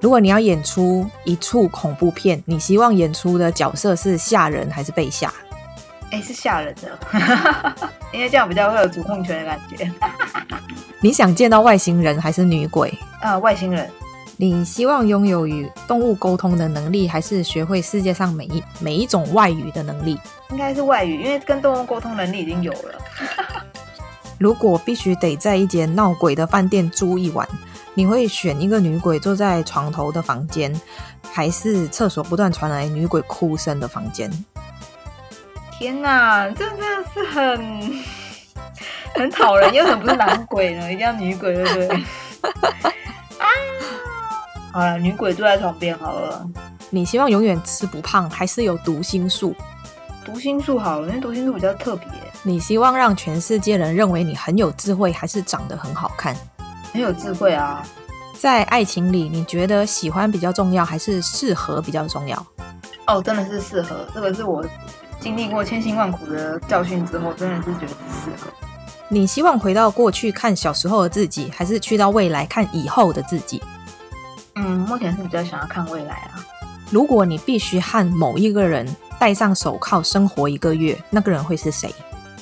如果你要演出一处恐怖片，你希望演出的角色是吓人还是被吓？哎、是吓人的， 因为这样比较会有主控权的感觉。你想见到外星人还是女鬼？啊，外星人，你希望拥有与动物沟通的能力，还是学会世界上每一每一种外语的能力？应该是外语，因为跟动物沟通能力已经有了。如果必须得在一间闹鬼的饭店住一晚，你会选一个女鬼坐在床头的房间，还是厕所不断传来女鬼哭声的房间？天哪，这真的是很很讨人，又很不是男鬼呢，一定要女鬼，对不对？啊，好了，女鬼坐在床边好了，你希望永远吃不胖，还是有读心术？读心术好了，因为读心术比较特别，你希望让全世界人认为你很有智慧，还是长得很好看？很有智慧啊。在爱情里，你觉得喜欢比较重要，还是适合比较重要？哦，真的是适合，这个是我经历过千辛万苦的教训之后，真的是觉得是适合。你希望回到过去看小时候的自己，还是去到未来看以后的自己？嗯，目前是比较想要看未来啊。如果你必须和某一个人戴上手铐生活一个月，那个人会是谁？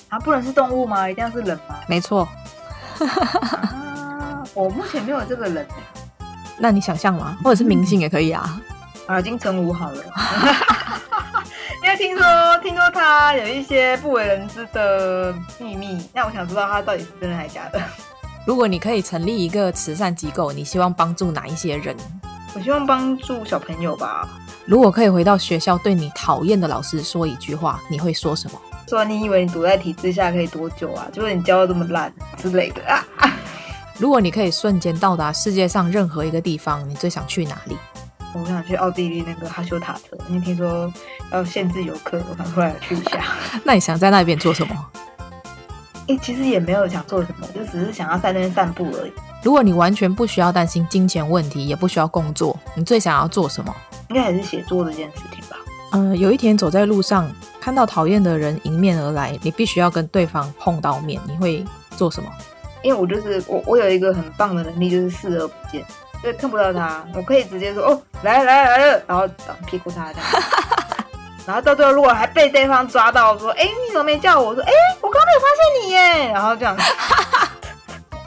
啊，不能是动物吗？一定要是人 吗？没错，啊，我目前没有这个人欸。那你想象吗？或者是明星也可以啊。啊，金城武好了， 因为听说听说他有一些不为人知的秘密，那我想知道他到底是真的还是假 的。如果你可以成立一个慈善机构，你希望帮助哪一些人？我希望帮助小朋友吧，如果可以回到学校，对你讨厌的老师说一句话，你会说什么？说你以为你躲在体制下可以多久啊？结果你教的这么烂之类的啊！啊如果你可以瞬间到达世界上任何一个地方，你最想去哪里？ 我想去奥地利那个哈修塔特，因为听说要限制游客，我想过来去一下。 那你想在那边做什么？哎、其实也没有想做什么，就只是想要在那边散步而已。如果你完全不需要担心金钱问题，也不需要工作，你最想要做什么？应该还是写作这件事情吧。嗯、有一天走在路上，看到讨厌的人迎面而来，你必须要跟对方碰到面，你会做什么？因为我就是我，我有一个很棒的能力，就是视而不见，所以看不到他，我可以直接说哦，来了来了来了，然后呃屁股他这样。 然后到最后，如果还被对方抓到，说：“哎，你怎么没叫我？”我说：“哎，我刚没有发现你耶。”然后这样 子，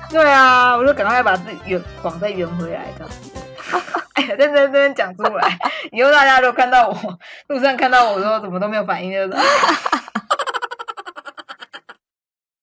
对啊，我就赶快把自己圆谎再圆回来，这样 子。哎呀，在这边讲出来，以后大家都看到我路上看到我说怎么都没有反应，就是